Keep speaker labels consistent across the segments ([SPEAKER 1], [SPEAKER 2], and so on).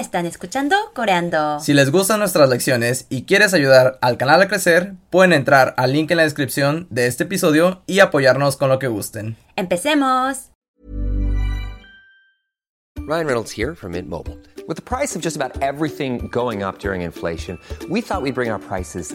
[SPEAKER 1] están escuchando Coreando.
[SPEAKER 2] Si les gustan nuestras lecciones y quieres ayudar al canal a crecer, pueden entrar al link en la descripción de este episodio y apoyarnos con lo que gusten.
[SPEAKER 1] ¡Empecemos!
[SPEAKER 3] Ryan Reynolds here from Mint Mobile. With the price of just about everything going up during inflation, we thought we'd bring our prices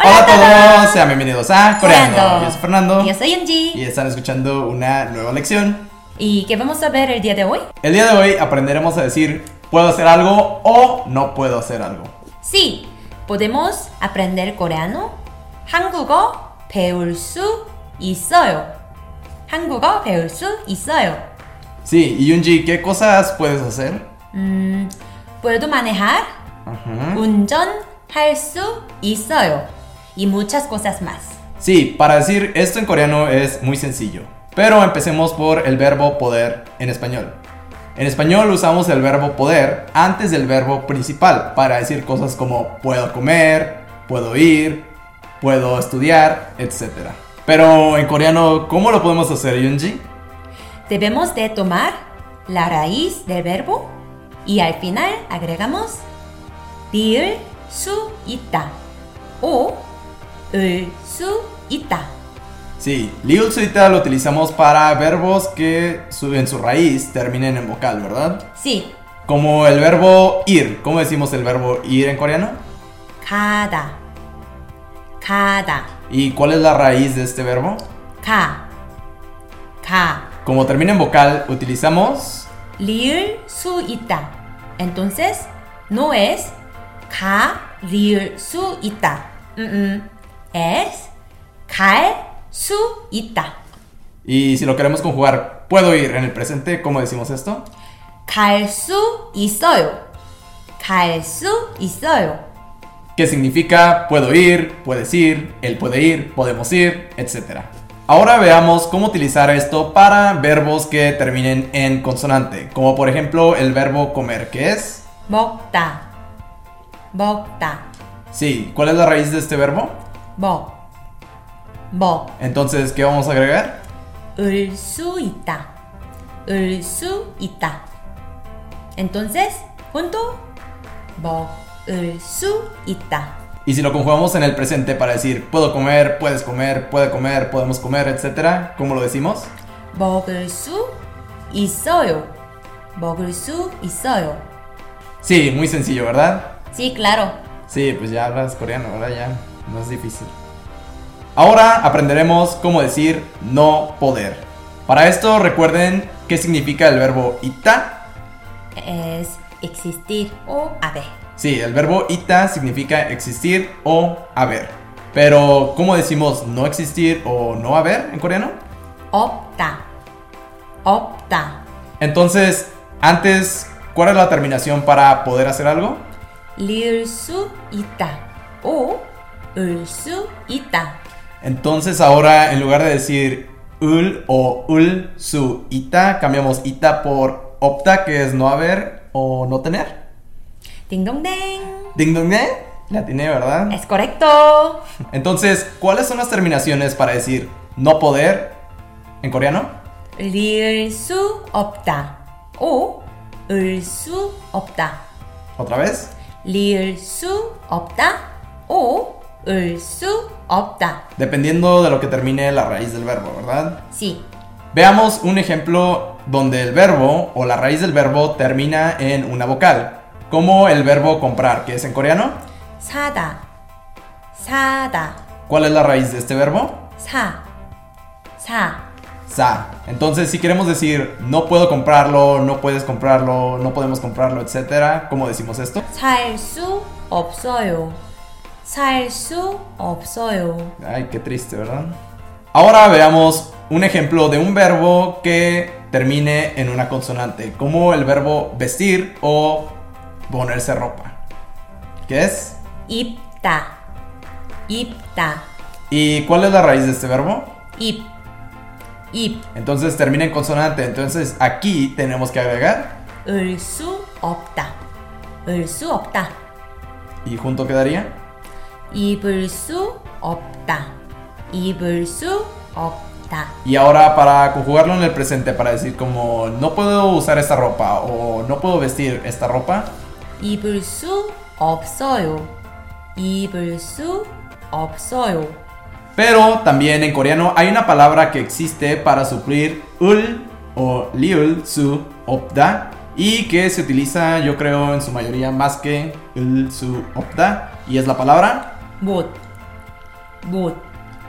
[SPEAKER 2] Hola a todos, sean bienvenidos a Coreando.
[SPEAKER 1] Coreando.
[SPEAKER 2] Yo soy Fernando
[SPEAKER 1] Yo soy
[SPEAKER 2] y
[SPEAKER 1] Angie.
[SPEAKER 2] están escuchando una nueva lección.
[SPEAKER 1] ¿Y qué vamos a ver el día de hoy?
[SPEAKER 2] El día de hoy aprenderemos a decir puedo hacer algo o no puedo hacer algo.
[SPEAKER 1] Sí, podemos aprender coreano, 한국어 배울 수 있어요. 한국어 배울 수 있어요.
[SPEAKER 2] Sí, y Yunji, ¿qué cosas puedes hacer?
[SPEAKER 1] Puedo manejar, 운전할 수 있어요. Y muchas cosas más.
[SPEAKER 2] Sí, para decir esto en coreano es muy sencillo. Pero empecemos por el verbo poder en español. En español usamos el verbo poder antes del verbo principal para decir cosas como puedo comer, puedo ir, puedo estudiar, etc. Pero en coreano, ¿cómo lo podemos hacer, Yunji?
[SPEAKER 1] Debemos de tomar la raíz del verbo y al final agregamos 비을 수 있다 o 을수 있다.
[SPEAKER 2] Sí, liul suita lo utilizamos para verbos que su- en su raíz terminen en vocal, ¿verdad?
[SPEAKER 1] Sí,
[SPEAKER 2] Como el verbo ir. ¿Cómo decimos el verbo ir en coreano?
[SPEAKER 1] 가다, 가다,
[SPEAKER 2] ¿Y cuál es la raíz de este verbo?
[SPEAKER 1] 가, 가,
[SPEAKER 2] Como termina en vocal, utilizamos.
[SPEAKER 1] 리을 수 있다. Entonces, no es 가 리을 수 있다. Mm, mm. Es 갈 수 있다.
[SPEAKER 2] Y si lo queremos conjugar, puedo ir en el presente, ¿cómo decimos esto?
[SPEAKER 1] 갈 수 있어요. 갈 수 있어요.
[SPEAKER 2] Que significa puedo ir, puedes ir, él puede ir, podemos ir, etc. Ahora veamos cómo utilizar esto para verbos que terminen en consonante, como por ejemplo el verbo comer, que es.
[SPEAKER 1] 먹다. 먹다.
[SPEAKER 2] Sí, ¿cuál es la raíz de este verbo?
[SPEAKER 1] 먹. 먹.
[SPEAKER 2] Entonces, ¿qué vamos a agregar?
[SPEAKER 1] 을 수 있다. 을 수 있다. Entonces, junto 먹을 수 있다.
[SPEAKER 2] Y si lo conjugamos en el presente para decir puedo comer, puedes comer, puede comer, podemos comer, etc., ¿cómo lo decimos?
[SPEAKER 1] 먹을 수 있어요. 먹을 수 있어요.
[SPEAKER 2] Sí, muy sencillo, ¿verdad?
[SPEAKER 1] Sí, claro.
[SPEAKER 2] Sí, pues ya hablas coreano, ahora ya no es difícil. Ahora aprenderemos cómo decir no poder. Para esto recuerden qué significa el verbo ita.
[SPEAKER 1] Es existir o haber.
[SPEAKER 2] Sí, el verbo ita significa existir o haber. Pero, ¿cómo decimos no existir o no haber en coreano?
[SPEAKER 1] 없다. 없다.
[SPEAKER 2] Entonces, antes, ¿cuál es la terminación para poder hacer algo?
[SPEAKER 1] 리을 수 있다. 오, 을수 있다.
[SPEAKER 2] Entonces ahora en lugar de decir ul o ul su ita, cambiamos ita por opta, que es no haber o no tener.
[SPEAKER 1] 딩동댕.
[SPEAKER 2] Ding dong ding, la tiene, ¿verdad?
[SPEAKER 1] Es correcto.
[SPEAKER 2] Entonces, ¿cuáles son las terminaciones para decir no poder en coreano?
[SPEAKER 1] 리을 수 없다. 오, 을수 없다.
[SPEAKER 2] Otra vez.
[SPEAKER 1] 리을 수 없다. 오, 을수 없다.
[SPEAKER 2] Dependiendo de lo que termine la raíz del verbo, ¿verdad?
[SPEAKER 1] Sí.
[SPEAKER 2] Veamos un ejemplo donde el verbo o la raíz del verbo termina en una vocal, como el verbo comprar, que es en coreano.
[SPEAKER 1] 사다. 사다.
[SPEAKER 2] ¿Cuál es la raíz de este verbo?
[SPEAKER 1] 사. 사.
[SPEAKER 2] sa. Entonces, si queremos decir no puedo comprarlo, no puedes comprarlo, no podemos comprarlo, etcétera, ¿cómo decimos esto?
[SPEAKER 1] 살 수 없어요. 살 수 없어요.
[SPEAKER 2] Ay, qué triste, ¿verdad? Ahora veamos un ejemplo de un verbo que termine en una consonante, como el verbo vestir o ponerse ropa. ¿Qué es?
[SPEAKER 1] 입다. Ipta.
[SPEAKER 2] ¿Y cuál es la raíz de este verbo?
[SPEAKER 1] Ip. Ip.
[SPEAKER 2] Entonces termina en consonante. Entonces aquí tenemos que agregar.
[SPEAKER 1] Ulsu opta. Ulsu opta.
[SPEAKER 2] Y junto quedaría.
[SPEAKER 1] Ibul su opta. Ibul su opta.
[SPEAKER 2] Y ahora para conjugarlo en el presente, para decir como no puedo usar esta ropa o no puedo vestir esta ropa,
[SPEAKER 1] 입을 수 없어요. 입을 수 없어요.
[SPEAKER 2] Pero también en coreano hay una palabra que existe para suplir ul o liul su opda y que se utiliza yo creo en su mayoría más que ul su opda y es la palabra
[SPEAKER 1] 못. 못.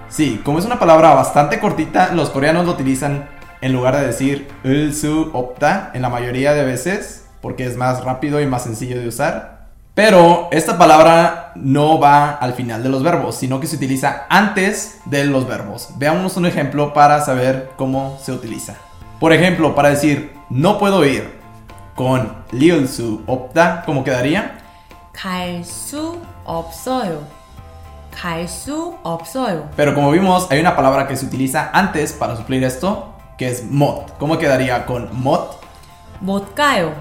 [SPEAKER 2] sí como es una palabra bastante cortita los coreanos lo utilizan en lugar de decir ul su opda en la mayoría de veces porque es más rápido y más sencillo de usar pero esta palabra no va al final de los verbos, sino que se utiliza antes de los verbos. Veamos un ejemplo para saber cómo se utiliza. Por ejemplo, para decir no puedo ir con liul su opta, ¿cómo quedaría?
[SPEAKER 1] 갈 수 없어요. 갈 수 없어요.
[SPEAKER 2] Pero como vimos, hay una palabra que se utiliza antes para suplir esto, que es mot. ¿Cómo quedaría con mot?
[SPEAKER 1] 못 가요.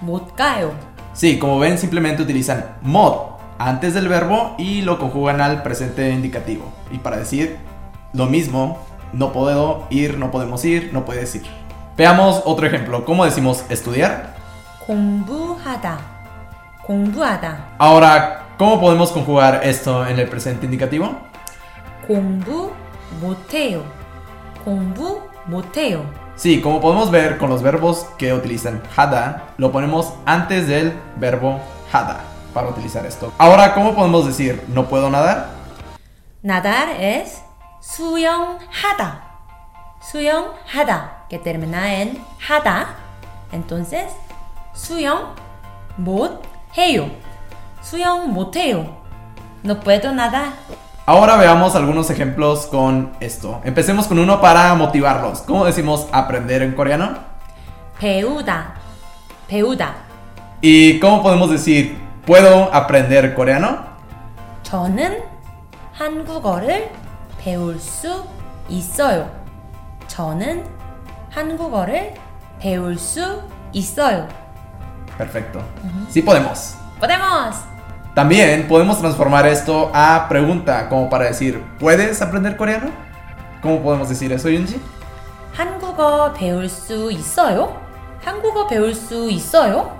[SPEAKER 1] 못 가요.
[SPEAKER 2] Sí, como ven, simplemente utilizan mod antes del verbo y lo conjugan al presente indicativo. Y para decir lo mismo, no puedo ir, no podemos ir, no puedes ir. Veamos otro ejemplo. ¿Cómo decimos estudiar?
[SPEAKER 1] 공부하다. 공부하다.
[SPEAKER 2] Ahora, ¿cómo podemos conjugar esto en el presente indicativo?
[SPEAKER 1] 공부 못해요. 공부 못해요.
[SPEAKER 2] Sí, como podemos ver con los verbos que utilizan hada, lo ponemos antes del verbo hada para utilizar esto. Ahora, ¿cómo podemos decir no puedo nadar?
[SPEAKER 1] Nadar es 수영하다. 수영하다. que termina en 하다. Entonces, 수영 못 해요. 수영 못 해요. No puedo nadar.
[SPEAKER 2] Ahora veamos algunos ejemplos con esto. Empecemos con uno para motivarlos. ¿Cómo decimos aprender en coreano?
[SPEAKER 1] 배우다. 배우다.
[SPEAKER 2] ¿Y cómo podemos decir puedo aprender coreano?
[SPEAKER 1] 저는 한국어를 배울 수 있어요. 저는 한국어를 배울 수 있어요.
[SPEAKER 2] Perfecto. Sí podemos.
[SPEAKER 1] Podemos.
[SPEAKER 2] También podemos transformar esto a pregunta, como para decir, ¿puedes aprender coreano? ¿Cómo podemos decir eso, Yunji?
[SPEAKER 1] 한국어 배울 수 있어요? 한국어 배울 수 있어요?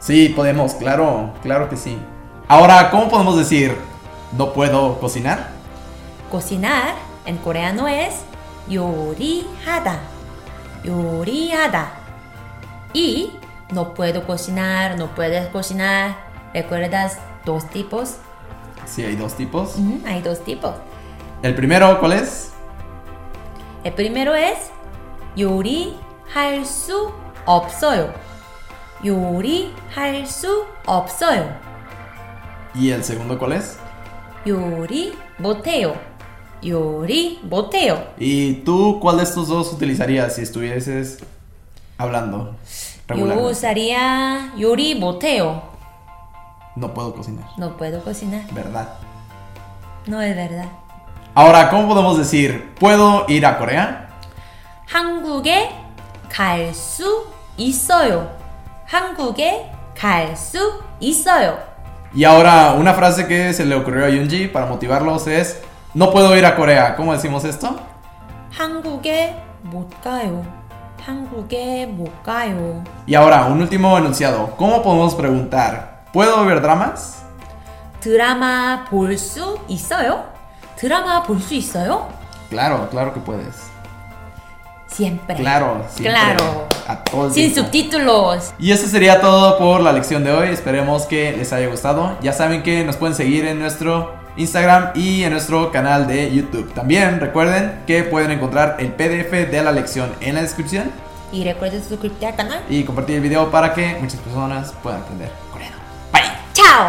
[SPEAKER 2] Sí, podemos, claro, claro que sí. Ahora, ¿cómo podemos decir, no puedo cocinar?
[SPEAKER 1] cocinar en coreano es 요리하다. 요리하다. Y no puedo cocinar, no puedes cocinar. ¿Recuerdas dos tipos?
[SPEAKER 2] Sí, hay dos tipos.
[SPEAKER 1] Ujú, hay dos tipos.
[SPEAKER 2] El primero, ¿cuál es?
[SPEAKER 1] El primero es 요리할 수 없어요. 요리할 수 없어요.
[SPEAKER 2] ¿Y el segundo, cuál es?
[SPEAKER 1] 요리 못해요. 요리 못해요.
[SPEAKER 2] ¿Y tú cuál de estos dos utilizarías si estuvieses hablando
[SPEAKER 1] 요
[SPEAKER 2] regularmente?
[SPEAKER 1] usaría 요리 못해요.
[SPEAKER 2] No puedo cocinar,
[SPEAKER 1] No puedo cocinar.
[SPEAKER 2] ¿verdad?
[SPEAKER 1] No es verdad.
[SPEAKER 2] Ahora, ¿cómo podemos decir puedo ir a Corea?
[SPEAKER 1] 한국에 갈 수 있어요. 한국에 갈 수 있어요.
[SPEAKER 2] Y ahora, una frase que se le ocurrió a Yunji para motivarlos es no puedo ir a Corea. ¿Cómo decimos esto?
[SPEAKER 1] 한국에 못 가요. 한국에 못 가요.
[SPEAKER 2] Y ahora, un último enunciado. ¿Cómo podemos preguntar puedo ver dramas?
[SPEAKER 1] 드라마 볼 수 있어요? 드라마 볼 수 있어요?
[SPEAKER 2] Claro, claro que puedes.
[SPEAKER 1] Siempre.
[SPEAKER 2] Claro, siempre.
[SPEAKER 1] Claro.
[SPEAKER 2] A todo el
[SPEAKER 1] Sin
[SPEAKER 2] tiempo.
[SPEAKER 1] subtítulos.
[SPEAKER 2] Y eso sería todo por la lección de hoy. Esperemos que les haya gustado. Ya saben que nos pueden seguir en nuestro Instagram y en nuestro canal de YouTube. También recuerden que pueden encontrar el PDF de la lección en la descripción
[SPEAKER 1] Y recuerden suscribirte al canal.
[SPEAKER 2] y compartir el video para que muchas personas puedan aprender coreano.
[SPEAKER 1] ¡Chao!